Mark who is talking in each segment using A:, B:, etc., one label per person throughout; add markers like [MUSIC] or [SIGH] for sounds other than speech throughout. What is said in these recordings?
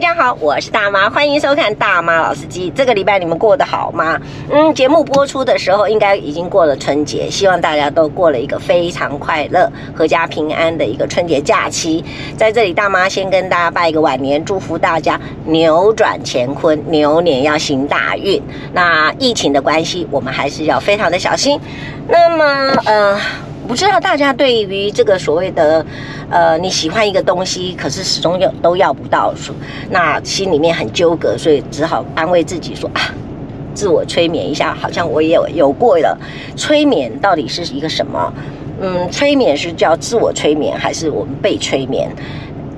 A: 家好，我是大妈，欢迎收看《大妈老司机》。这个礼拜你们过得好吗？嗯，节目播出的时候应该已经过了春节，希望大家都过了一个非常快乐、阖家平安的一个春节假期。在这里，大妈先跟大家拜一个晚年，祝福大家扭转乾坤，牛年要行大运。那疫情的关系，我们还是要非常的小心。那么，呃。不知道大家对于这个所谓的，呃，你喜欢一个东西，可是始终又都要不到，那心里面很纠葛，所以只好安慰自己说啊，自我催眠一下，好像我也有有过了。催眠到底是一个什么？嗯，催眠是叫自我催眠，还是我们被催眠？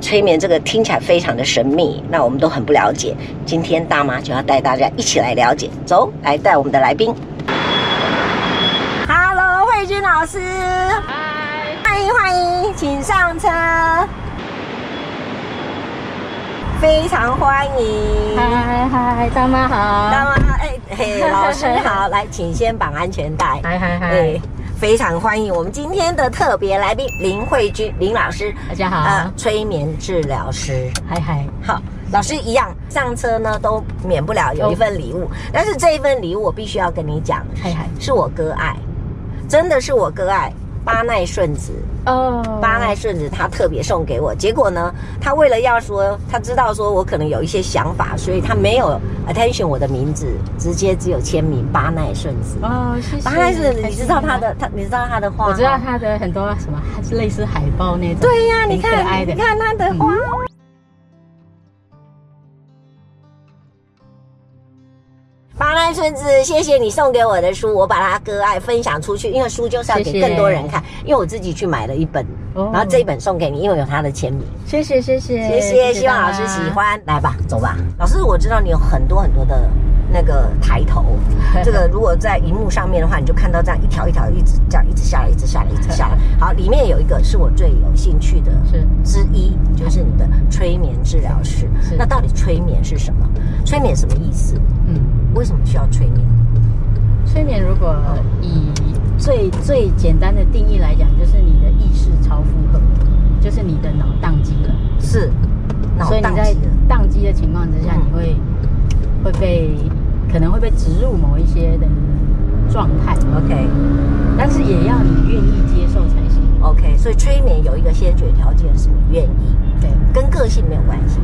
A: 催眠这个听起来非常的神秘，那我们都很不了解。今天大妈就要带大家一起来了解，走，来带我们的来宾。Hello，慧君老师，
B: 嗨，
A: 欢迎欢迎，请上车。非常欢迎，
B: 嗨嗨，大妈好，
A: 那么哎嘿，老师好，来，请先绑安全带。
B: 嗨 [LAUGHS] 嗨嗨
A: 对，，非常欢迎我们今天的特别来宾林慧君林老师，
B: 大家好，
A: 呃，催眠治疗师。
B: 嗨嗨，
A: 好，老师一样上车呢，都免不了有一份礼物，但是这一份礼物我必须要跟你讲，
B: 哦嗨嗨，
A: 是我哥爱，真的是我哥爱八奈顺子。
B: 哦
A: 八奈顺子他特别送给我，结果呢，他为了要说他知道说我可能有一些想法，所以他没有 attention 我的名字，直接只有签名八奈顺子。
B: 哦，谢谢，
A: 八奈顺子，
B: 开
A: 你
B: 心
A: 知道他
B: 啊，
A: 的他，你知道他的画吗？
B: 我知道他的很多什么类似海报那种，
A: 对呀、你
B: 挺可爱
A: 看，
B: 的
A: 你看他的
B: 嗯
A: 花。八奈顺子，谢谢你送给我的书，我把它割爱分享出去，因为书就是要
B: 谢
A: 给
B: 谢
A: 更多人看。因为我自己去买了一本，
B: 哦
A: 然后这一本送给你，因为有他的签名。
B: 谢谢谢
A: 谢
B: 谢
A: 谢，希望老师喜，欢。来吧，走吧。老师，我知道你有很多很多的那个抬头，
B: [LAUGHS]
A: 这个如果在荧幕上面的话，你就看到这样一条一条，一直这样一直下来，一直下来，一直下
B: [LAUGHS]
A: 来。好，里面有一个是我最有兴趣的
B: 大家是
A: 之一，就是你的催眠治疗师
B: 是。
A: 那到底催眠是什么？催眠什么意思？
B: 嗯，
A: 为什么需要催眠？
B: 催眠如果以最最简单的定义来讲，就是你的意识超负荷，就是你的脑宕机了。
A: 是脑
B: 所以你
A: 宕
B: 在
A: 机了。
B: 宕机的情况之下，
A: 嗯
B: 你会会被可能会被植入某一些的状态，
A: OK
B: 但是也要你愿意接受才行。
A: OK，所以催眠有一个先决条件是你愿意，
B: 对，
A: 跟个性没有关系。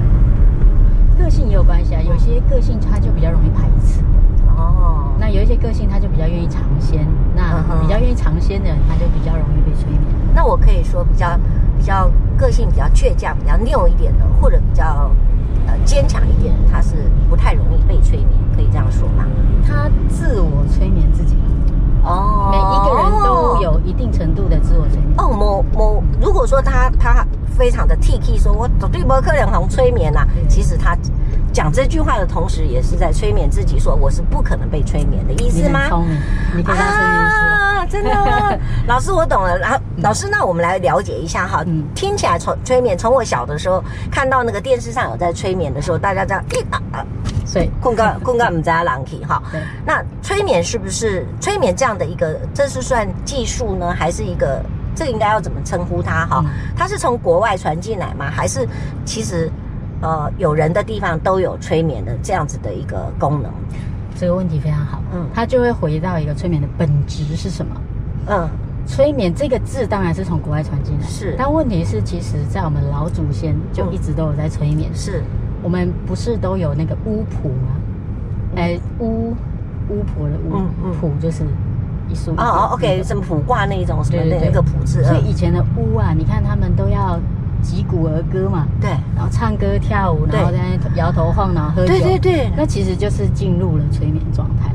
B: 个性也有关系啊，有些个性他就比较容易排斥，
A: 哦，
B: 那有一些个性他就比较愿意尝鲜，那
A: 嗯哼
B: 比较愿意尝鲜的人他就比较容易被催眠。
A: 那我可以说比较比较个性比较倔强、比较拗一点的，或者比较呃坚强一点的，他是不太容易被催眠，可以这样说吗？
B: 他自我催眠自己，
A: 哦
B: 每一个人都有一定程度的自我催眠。
A: 哦，某某，如果说他他非常的 T K，说我绝对不可能红催眠啦、
B: 对
A: 其实他讲这句话的同时，也是在催眠自己，说我是不可能被催眠的意
B: 你
A: 思
B: 很
A: 吗？
B: 聪明，你可以当催眠师。
A: 啊，真的
B: [LAUGHS]
A: 吗，老师我懂了。然后老师，那我们来了解一下哈。
B: 嗯
A: 听起来从催眠，从我小的时候看到那个电视上有在催眠的时候，大家这样，咦啊啊，
B: 所以，
A: 困
B: [LAUGHS]
A: 个困个唔知道人去哈。
B: 对，
A: 那催眠是不是催眠这样的一个，这是算技术呢，还是一个这应该要怎么称呼它哈
B: 嗯？
A: 它是从国外传进来吗？还是其实呃有人的地方都有催眠的这样子的一个功能？
B: 这个问题非常好，
A: 嗯
B: 嗯，它就会回到一个催眠的本质是什么？
A: 嗯，
B: 催眠这个字当然是从国外传进来，
A: 是
B: 但问题是，其实，在我们老祖先就一直都有在催眠。
A: 是
B: 我们不是都有那个巫婆吗？哎、巫巫婆的巫，
A: 嗯嗯
B: 普就是一束一
A: 哦
B: 个
A: 哦
B: 那
A: ，OK，
B: 个
A: 什么卜卦那一种什么
B: 嗯对
A: 的
B: 对对
A: 那个谱字，
B: 所
A: 嗯
B: 以以前的巫啊，你看他们都要击鼓儿歌嘛，
A: 对
B: 然后唱歌跳舞，
A: 对
B: 然后在那里摇头晃脑喝酒，
A: 嗯对对对，
B: 那其实就是进入了催眠状态。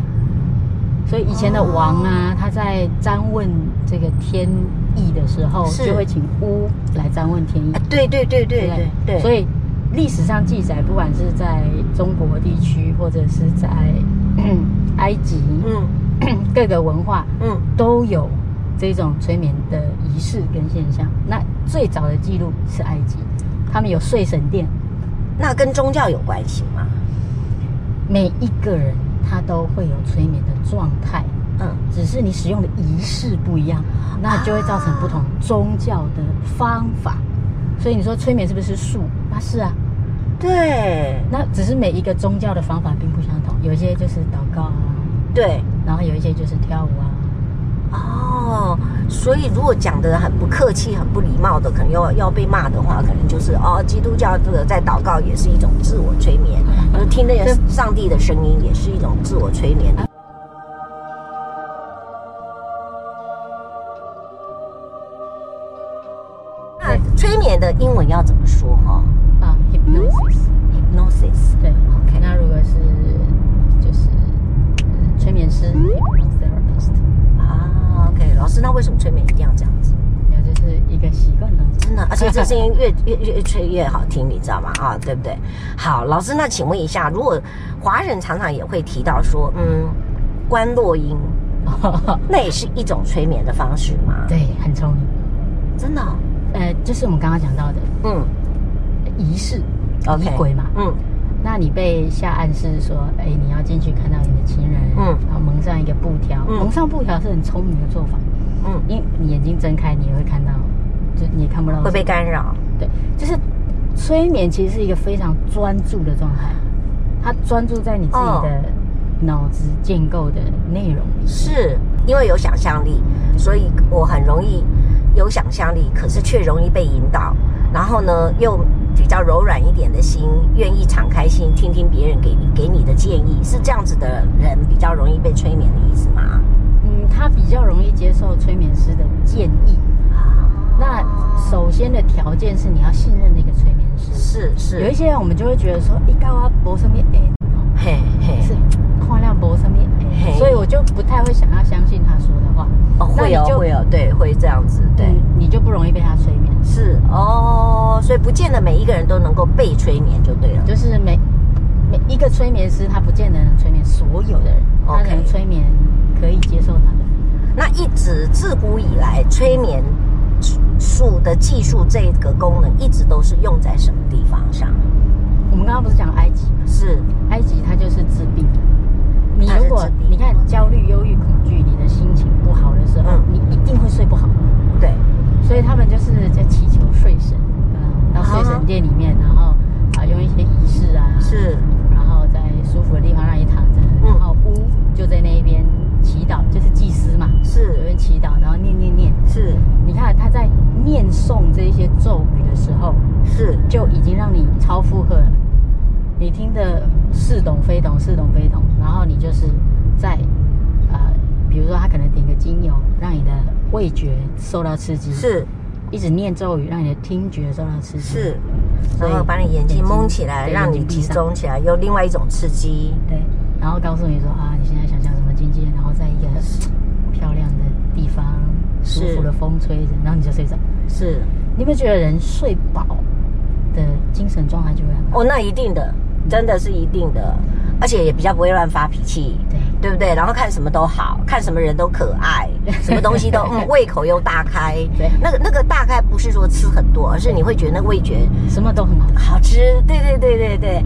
B: 所以以前的王啊，
A: 哦
B: 他在占问这个天意的时候，
A: 是
B: 就会请巫来占问天意
A: 啊。对对对对
B: 不
A: 对对，
B: 所
A: 以
B: 以历史上记载，不管是在中国地区，或者是在 [CLEARS THROAT] 嗯埃及、
A: 嗯
B: [CLEARS THROAT] 各个文化，
A: 嗯
B: 都有这种催眠的仪式跟现象。那最早的记录是埃及，他们有睡神殿，
A: 那跟宗教有关系吗？
B: 每一个人他都会有催眠的状态。
A: 嗯，
B: 只是你使用的仪式不一样，那就会造成不同宗教的方法。所以你说催眠是不是术？它是啊，
A: 对
B: 那只是每一个宗教的方法并不相同，有些就是祷告啊，
A: 对，
B: 然后有一些就是跳舞啊。
A: 哦，所以如果讲的很不客气、很不礼貌的，可能要要被骂的话，可能就是哦，基督教这个在祷告也是一种自我催眠，而听那个
B: 对
A: 上帝的声音也是一种自我催眠。那催眠的英文要怎么说哈、
B: 啊，hypnosis，、
A: h y p n o s i s
B: 对。
A: OK
B: 那如果是就是、呃催眠师 hypnotherapist，
A: 啊，OK，老师，那为什么催眠一定要这样子？
B: 那就是一个习惯当中。
A: 真的，而且这声音越越越越吹越好听，你知道吗？啊，对不对？好，老师，那请问一下，如果华人常常也会提到说，嗯，关落音，那也是一种催眠的方式吗？，
B: [LAUGHS] 对，很聪明。
A: 真的哦、
B: 呃，就是我们刚刚讲到的
A: 嗯
B: 仪式
A: ，OK，
B: 仪轨嘛。
A: 嗯
B: 那你被下暗示说，哎，你要进去看到你的情人，
A: 嗯
B: 然后蒙上一个布条，
A: 嗯
B: 蒙上布条是很聪明的做法，
A: 嗯，
B: 因为你眼睛睁开，你也会看到，就你也看不到，
A: 会被干扰，
B: 对，就是催眠其实是一个非常专注的状态，它专注在你自己的
A: 嗯
B: 脑子建构的内容里，
A: 是因为有想象力，所以我很容易有想象力，可是却容易被引导。然后呢，又比较柔软一点的心，愿意敞开心，听听别人给你给你的建议，是这样子的人比较容易被催眠的意思吗？
B: 嗯，它比较容易接受催眠师的建议。啊那首先的条件是你要信任那个催眠师，
A: 是是，
B: 有一些人我们就会哦觉得说，一高啊，博什么哎，
A: 嘿嘿
B: 是看量博什么
A: 嘿
B: 哎，所以我就不太会想要相信他说的话，
A: 哦
B: 那
A: 会
B: 你
A: 哦
B: 就
A: 会哦，对会这样子对。
B: 嗯，你就不容易被他催眠。
A: 是哦，所以不见得每一个人都能够被催眠就对了。
B: 就是每每一个催眠师，他不见得能催眠所有的人，他
A: OK
B: 能催眠可以接受他的人。
A: 那一直自古以来，催眠术的技术这个功能一直都是用在什么地方上？
B: 我们刚刚不是讲埃及吗？
A: 是
B: 埃及它就是治病。你
A: 它是
B: 如果
A: 治病
B: 你看焦虑、忧郁、恐惧，你的心情不好的时候，
A: 嗯
B: 你一定会睡不好，
A: 对，
B: 所以他们就是在祈求睡神，嗯，到
A: 啊
B: 睡神殿里面，然后啊用一些仪式啊，，
A: 是
B: 然后在舒服的地方让你躺着，
A: 嗯
B: 然后巫就在那一边祈祷，就是祭司嘛，有
A: 是
B: 人祈祷，然后念念念，
A: 是
B: 你看他在念诵这些咒语的时候，
A: 是
B: 就已经让你超负荷了。你听得似懂非懂，似懂非懂，然后你就是在呃，比如说他可能点个精油，让你的味觉受到刺激，
A: 是
B: 一直念咒语，让你的听觉受到刺激，，
A: 是，
B: 所以
A: 然后把你眼睛蒙起来，
B: 对
A: 让你
B: 眼睛
A: 集
B: 闭上
A: 中起来，有另外一种刺激。
B: 对，然后告诉你说啊，你现在想象什么境界，然后在一个漂亮的地方，舒
A: 是
B: 服的风吹着，然后你就睡着。
A: 是
B: 你有没有觉得人睡饱的精神状态就会很好？
A: 哦，那一定的，真的是一定的，而且也比较不会乱发脾气。
B: 对，
A: 对不对？然后看什么都好看，什么人都可爱，什么东西都嗯，胃口又大开。
B: 对
A: 那个那个大概不是说吃很多，而是你会觉得那个味觉
B: 什么都很好。
A: 好吃。对对对对对。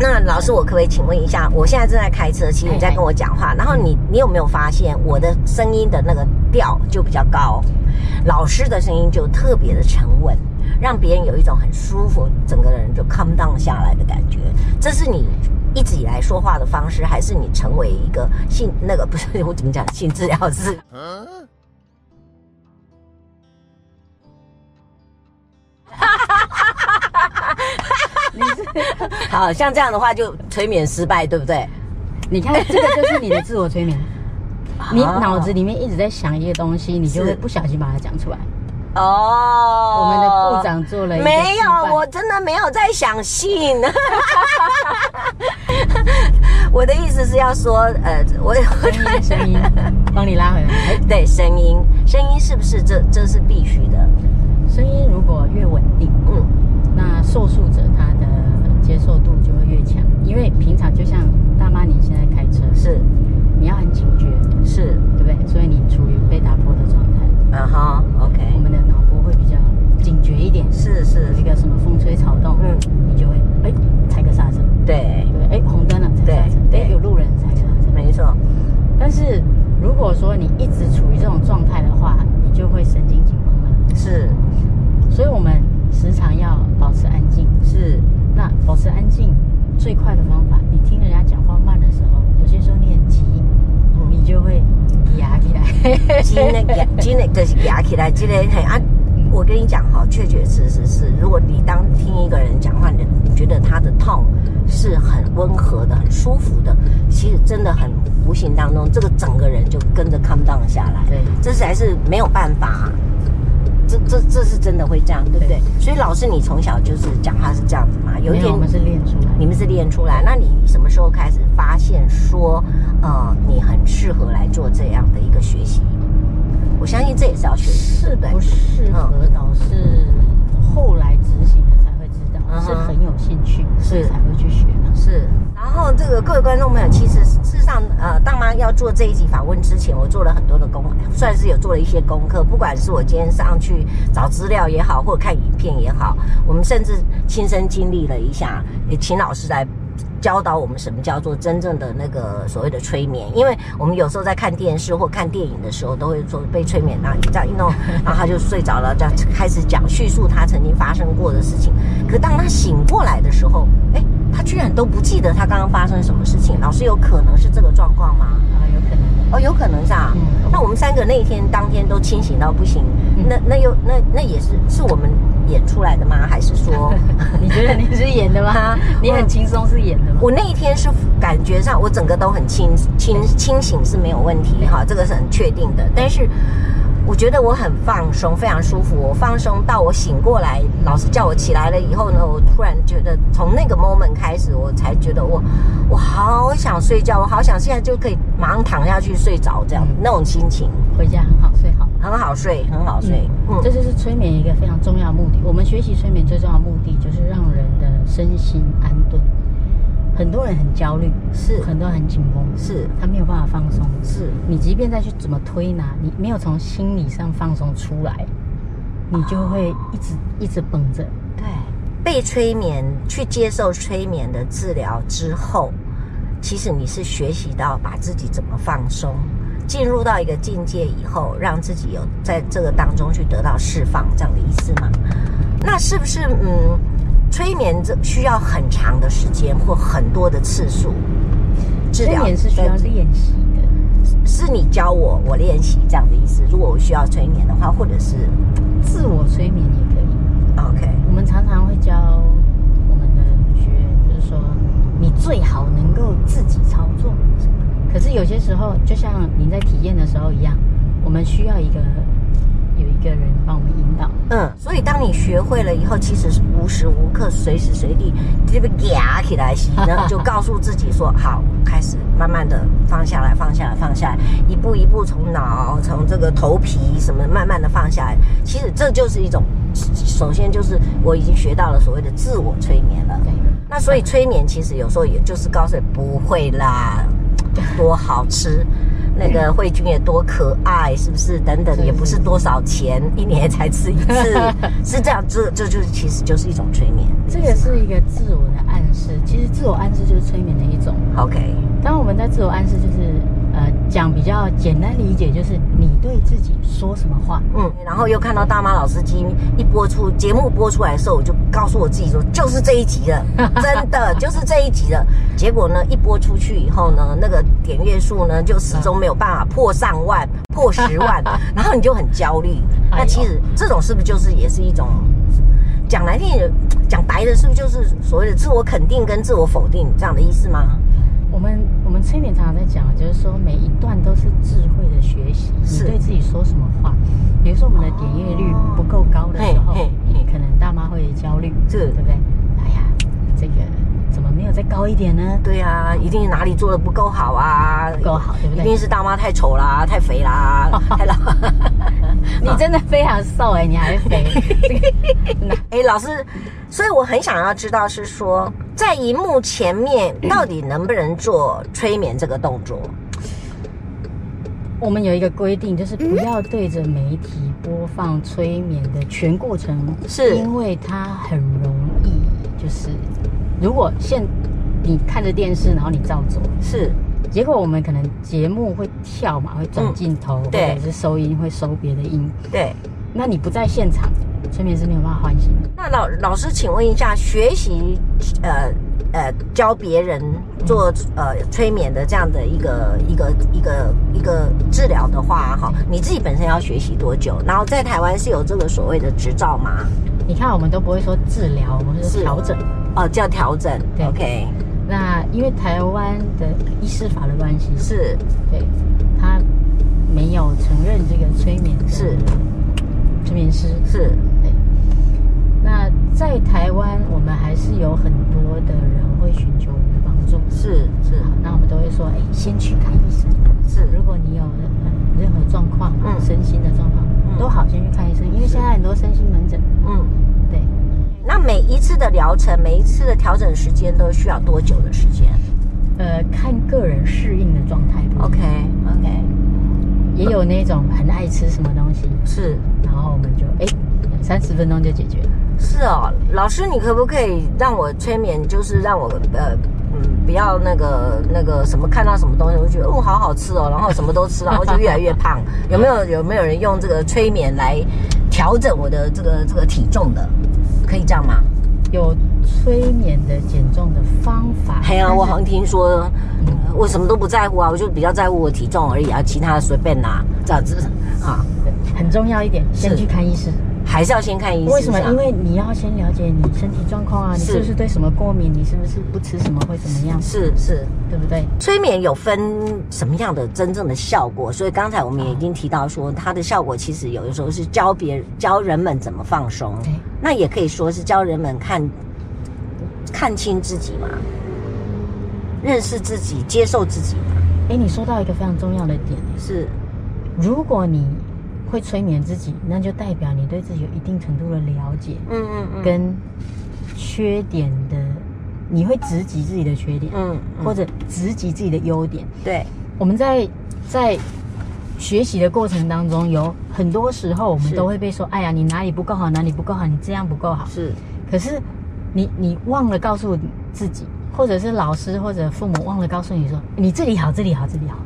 A: 那老师，我可不可以请问一下？我现在正在开车，其实你在跟我讲
B: 哎
A: 话，然后你你有没有发现我的声音的那个调就比较高，老师的声音就特别的沉稳，让别人有一种很舒服，整个人就 calm down 下来的感觉。这是你一直以来说话的方式，还是你成为一个性那个不是我怎么讲性治疗
B: [LAUGHS]
A: 师？
B: 你是
A: 好像这样的话就催眠失败，对不对？
B: 你看，这个就是你的自
A: [LAUGHS]
B: 我催眠。你脑子里面一直在想一个东西，你就会
A: 啊是
B: 不小心把它讲出来。
A: 哦，
B: 我们的部长做了一个
A: 没
B: 示范
A: 有，我真的没有在想性。 [LAUGHS] 我的意思是要说，呃，我 [LAUGHS] 我
B: 声音声音，帮你拉回来。哎
A: 对声音，声音是不是这这是必须的？
B: 声音如果越稳定，
A: 嗯，
B: 那受诉者他的接受度就会越强。因为平常就像大妈，你现在开车，
A: 是
B: 你要很警觉，
A: 是，
B: 对不对？所以你处于被打破的状态，
A: 啊哈，OK，
B: 我们的脑波会比较警觉一点。
A: 是是
B: 有一，个什么风吹草动，
A: 嗯
B: 嗯，你就会哎踩个刹车，
A: 对，
B: 对，哎红灯了踩刹车，
A: 对
B: 哎
A: 对
B: 有路人踩个刹车。
A: 没错，
B: 但是如果说你一直处于这种状态的话，你就会神经紧绷了。
A: 是
B: 所以我们时常要保持安静。
A: 是
B: 那最快的方法。你听人家讲话慢的时候，有些时候你很急，你就会压起来。
A: 今天牙，今天就是牙起来，今天很啊。我跟你讲哈，确确实实是，如果你当听一个人讲话，你觉得他的 tone 是很温和的、很舒服的，其实真的很无形当中，这个整个人就跟着 calm down 下来。
B: [LAUGHS] 对
A: 这才是没有办法、这这这是真的会这样，对不对？所以老师，你从小就是讲话是这样子嘛？有一
B: 没
A: 天
B: 我们是练出来的。
A: 你们是练出来，那你什么时候开始发现说，呃，你很适合来做这样的一个学习？我相信这也是要学习，对
B: 适
A: 不对
B: 不？适合导是后来执行的才会知道，
A: 嗯哼
B: 是啊很有兴趣，所以
A: 是
B: 才会去 [LAUGHS] 学的。
A: 是。然后这个各位观众朋友，其实事实上，呃，大妈要做这一集访问之前，我做了很多的功，算是有做了一些功课。不管是我今天上去找资料也好，或看影片也好，我们甚至亲身经历了一下，也请老师来。教导我们什么叫做真正的那个所谓的催眠，因为我们有时候在看电视或看电影的时候，都会说被催眠，然后这样一弄，然后他就睡着了，这样开始讲叙述他曾经发生过的事情。可当他醒过来的时候，哎，他居然都不记得他刚刚发生什么事情。老师有可能是这个状况吗？
B: 啊，有可能。
A: 哦，有可能是啊。
B: 嗯
A: 那我们三个那一天当天都清醒到不行，
B: 嗯
A: 那那又那那也是是我们演出来的吗？还是说？
B: 你觉得你是演的吗 [LAUGHS]
A: 啊？
B: 你很轻松是演的吗？
A: 我那一天是感觉上我整个都很清清清醒是没有问题哈，这个是很确定的。但是我觉得我很放松，非常舒服。我放松到我醒过来，老师叫我起来了以后呢，我突然觉得从那个 moment 开始，我才觉得我我好想睡觉，我好想现在就可以马上躺下去睡着，这样
B: 嗯
A: 那种心情
B: 回家很好睡好。
A: 很好睡，很好睡。嗯，
B: 这就是催眠一个非常重要的目的。我们学习催眠最重要的目的就是让人的身心安顿。很多人很焦虑，
A: 是
B: 很多人很紧绷，
A: 是
B: 他没有办法放松。
A: 是
B: 你即便再去怎么推拿，你没有从心理上放松出来，你就会一直一直绷着。
A: 对，被催眠去接受催眠的治疗之后，其实你是学习到把自己怎么放松，进入到一个境界以后，让自己有在这个当中去得到释放，这样的意思吗？那是不是嗯，催眠这需要很长的时间或很多的次数？治
B: 催
A: 疗
B: 眠是需要练习的，
A: 是你教我，我练习这样的意思。如果我需要催眠的话，或者是
B: 自我催眠也可以。
A: OK
B: 我们常常会教我们的学员，就是说，你最好能够自己操作。可是有些时候，就像您在体验的时候一样，我们需要一个有一个人帮我们引导。
A: 嗯，所以当你学会了以后，其实是无时无刻、随时随地这个压起来洗，然后就告诉自己说：好，开始慢慢的放下来，放下来，放下来，一步一步从脑、从这个头皮什么，慢慢的放下来。其实这就是一种，首先就是我已经学到了所谓的自我催眠了。
B: 对，
A: 那所以催眠其实有时候也就是告诉你不会啦，多好吃，那个慧君也多可爱，是不是？等
B: 是
A: 等，也不是多少钱，一年才吃一次，是这样。这这就是其实就是一种催眠。
B: 这个是一个自我的暗示。其实自我暗示就是催眠的一种。
A: OK，
B: 当我们在自我暗示，就是呃讲比较简单理解，就是你对自己说什么话。
A: 嗯，然后又看到大妈老司机一播出节目播出来的时候，我就告诉我自己说，就是这一集
B: [LAUGHS]
A: 了，真的就是这一集了。结果呢，一播出去以后呢，那个点阅数呢就始终没有办法破上万、破十万，然后你就很焦虑。
B: 嗯 [LAUGHS] 哎呦
A: 那其实这种是不是就是也是一种讲来听也讲白的，是不是就是所谓的自我肯定跟自我否定这样的意思吗？
B: 我们我们催眠常常在讲，就是说每一段都是智慧的学习。你
A: 是
B: 对自己说什么话？比如说我们的点阅率不够高的时候
A: 嘿嘿，
B: 你
A: 嘿
B: 可能大妈会焦虑，
A: 是
B: 对不对？哎呀，这个怎么没有再高一点呢？
A: [LAUGHS] 对啊，一定哪里做的不够好啊，
B: 不够好对不对
A: 一定是大妈太丑啦，太肥啦，
B: [LAUGHS]
A: 太老。 [LAUGHS]
B: 你真的非常瘦哎、你还
A: [LAUGHS]
B: 肥，这个
A: 哎，老师，所以我很想要知道是说，在荧幕前面到底能不能做催眠这个动作？
B: 我们有一个规定，就是不要对着媒体播放催眠的全过程，
A: 是
B: 因为它很容易，就是如果现你看着电视，然后你照做，
A: 是
B: 结果我们可能节目会跳嘛，会转镜头，或
A: 嗯对
B: 者是收音会收别的音，
A: 对。
B: 那你不在现场，催眠是没有办法唤醒的。
A: 那老老师，请问一下，学习呃呃教别人做呃催眠的这样的一个一个一个一个治疗的话，哈，你自己本身要学习多久？然后在台湾是有这个所谓的执照吗？
B: 你看我们都不会说治疗，我们
A: 是
B: 是调整。
A: 哦，叫调整
B: 对
A: ，OK，
B: 那因为台湾的医师法的关系，
A: 是
B: 对他没有承认这个催眠的
A: 是
B: 催眠师。
A: 是
B: 对，那在台湾我们还是有很多的人会寻求我们的帮助。
A: 是是
B: 好，那我们都会说，哎，先去看医生。
A: 是
B: 如果你有呃任何状况，
A: 嗯
B: 身心的状况
A: 嗯
B: 都好，先去看医生，因为现在很多身心门诊，
A: 嗯。
B: 对，
A: 那每一次的疗程，每一次的调整时间都需要多久的时间
B: 呃，看个人适应的状态不一样
A: ？OK OK，
B: 也有那种很爱吃什么东西，
A: 是
B: 然后我们就哎，三十分钟就解决了。
A: 是哦，老师，你可不可以让我催眠，就是让我呃嗯不要那个那个什么看到什么东西，我就觉得哦好好吃哦，然后什么都吃，然后就越来越
B: [LAUGHS]
A: 胖。有没有有没有人用这个催眠来调整我的这个这个体重的？可以这样吗？
B: 有催眠的减重的方法，
A: 还有、
B: 但是
A: 哎我好像听说、嗯我什么都不在乎啊，我就比较在乎我体重而已啊，其他的随便拿这样子啊。
B: 对很重要一点，
A: 是
B: 先去看医师。
A: 还是要先看医生。
B: 为什么
A: 是？吧
B: 因为你要先了解你身体状况啊，你
A: 啊是
B: 是不是对什么过敏，你是不是不吃什么会怎么样，
A: 是是，
B: 对不对？
A: 催眠有分什么样的真正的效果？所以刚才我们也已经提到说，它的效果其实有的时候是教别人教人们怎么放松，
B: 对，
A: 那也可以说是教人们看看清自己嘛，认识自己，接受自己嘛，
B: 哎，你说到一个非常重要的点，
A: 是
B: 如果你会催眠自己，那就代表你对自己有一定程度的了解
A: 嗯嗯嗯
B: 跟缺点的，你会直击自己的缺点，
A: 嗯嗯
B: 或者直击自己的优点。
A: 对
B: 我们在在学习的过程当中，有很多时候我们
A: 是
B: 都会被说：“哎呀，你哪里不够好，哪里不够好，你这样不够好。
A: 是”
B: 可是你你忘了告诉自己，或者是老师或者父母忘了告诉你说：“你这里好，这里好，这里好。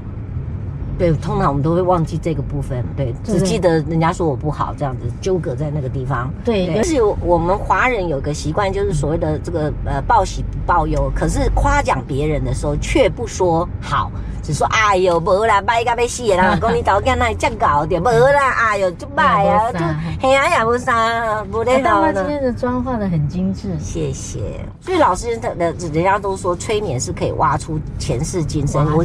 A: 对，通常我们都会忘记这个部分，对，
B: 对
A: 只记得人家说我不好，这样子纠葛在那个地方。
B: 对
A: 但是我们华人有个习惯，就是所谓的这个呃报喜不报忧，可是夸奖别人的时候却不说好，只说哎呦，无啦，歹甲要死啦，讲你早干那这样搞的，无啦，哎呦，就歹啊，
B: [LAUGHS] 也没啥
A: 就嘿啊也无啥，无咧
B: 哎大
A: 好
B: 妈今
A: 呢。
B: 天的妆化的很精致，
A: 谢谢。所以老师的人家都说催眠是可以挖出前世今生，
B: 哇
A: 我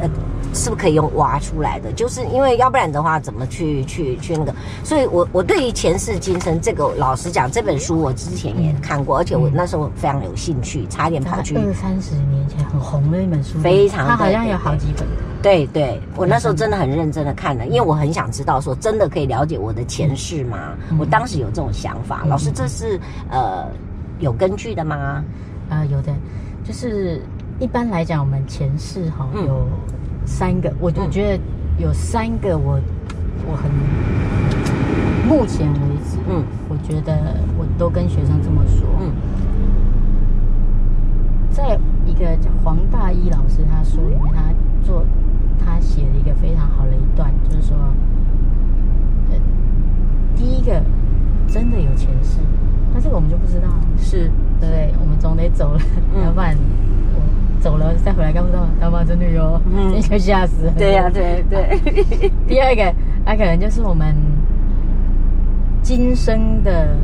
A: 呃是不是可以用挖出来的？就是因为要不然的话，怎么去去去那个？所以我我对于前世今生这个，老实讲，这本书我之前也看过，而且我那时候非常有兴趣，差一点
B: 大
A: 跑
B: 概
A: 去。
B: 二三十年前很红的一本书，
A: 非常
B: 它好像
A: 对对
B: 有好几本。
A: 对对，我那时候真的很认真的看了，因为我很想知道说真的可以了解我的前世吗？
B: 嗯
A: 我当时有这种想法，
B: 嗯
A: 老师这是呃有根据的吗？
B: 啊，有的，就是一般来讲，我们前世哈、
A: 嗯
B: 有三个，我我
A: 嗯
B: 觉得有三个我我很目前为止，
A: 嗯
B: 我觉得我都跟学生这么说，
A: 嗯
B: 在一个叫黄大一老师他书里面，他做他写了一个非常好的一段，就是说，呃，第一个真的有前世，那这个我们就不知道了。
A: 是
B: 对不对？我们总得走了，
A: 嗯
B: 要不然我 [LAUGHS] 走了再回来看不到大妈真的哟，
A: 嗯
B: 那、 [LAUGHS] 就吓死人。
A: 对呀、对对。
B: 第二个，那、可能就是我们今生的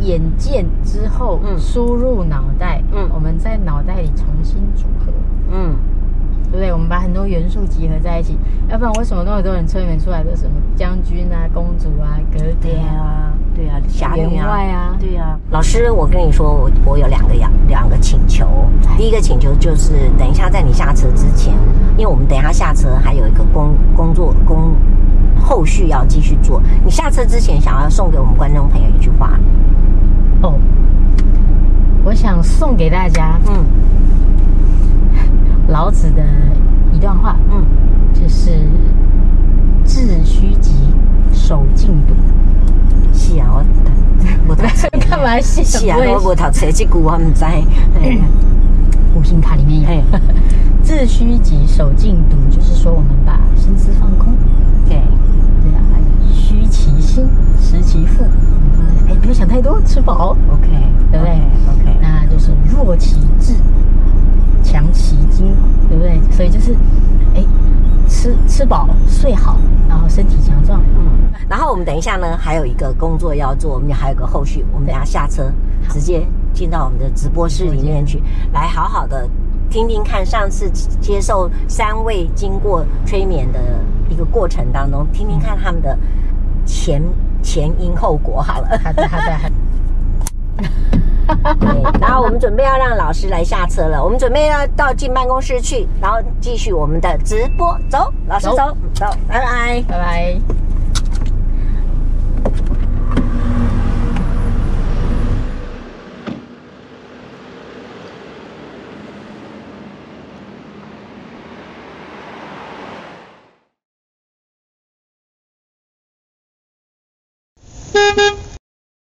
B: 眼见之后，
A: 嗯
B: 输入脑袋，
A: 嗯
B: 我们在脑袋里重新组合。
A: 嗯
B: 对不对？我们把很多元素集合在一起，要不然为什么那么多人催眠出来的什么将军啊、公主啊、格
A: 对
B: 格啊、
A: 啊，对啊，侠女
B: 员外
A: 啊，
B: 啊？
A: 对啊。老师，我跟你说，我我有两个两两个请求。第一个请求就是，等一下在你下车之前，因为我们等一下下车还有一个工工作工后续要继续做。你下车之前，想要送给我们观众朋友一句话，啊
B: 哦，我想送给大家，
A: 嗯
B: 老子的一段话，
A: 嗯，
B: 就是“致虚极，守静笃
A: 是啊，我我读”。
B: 干嘛
A: [LAUGHS]
B: 写？
A: 是啊，我 [LAUGHS] 我读册这句我唔知，嘿
B: 五行卡里面有
A: 嘿，
B: “致虚极，守静笃”，就是说我们把心思放空，
A: 对，
B: 对啊，虚其心，实其腹。哎，不要想太多，吃饱，
A: OK，
B: 对不对
A: OK，
B: 那就是我们对，就是哎，吃吃饱睡好，然后身体强壮，嗯，
A: 然后我们等一下呢，还有一个工作要做，我们还有个后续，我们等一下下车直接进到我们的直播室里面去，来好好的听听看上次接受三位经过催眠的一个过程当中，听听看他们的前前因后果好了。
B: 好的好的好的，
A: 对，嗯然后我们准备要让老师来下车了，我们准备要到进办公室去，然后继续我们的直播，走，老师
B: 走
A: 走走，拜拜。
B: 拜拜。
C: Thank you.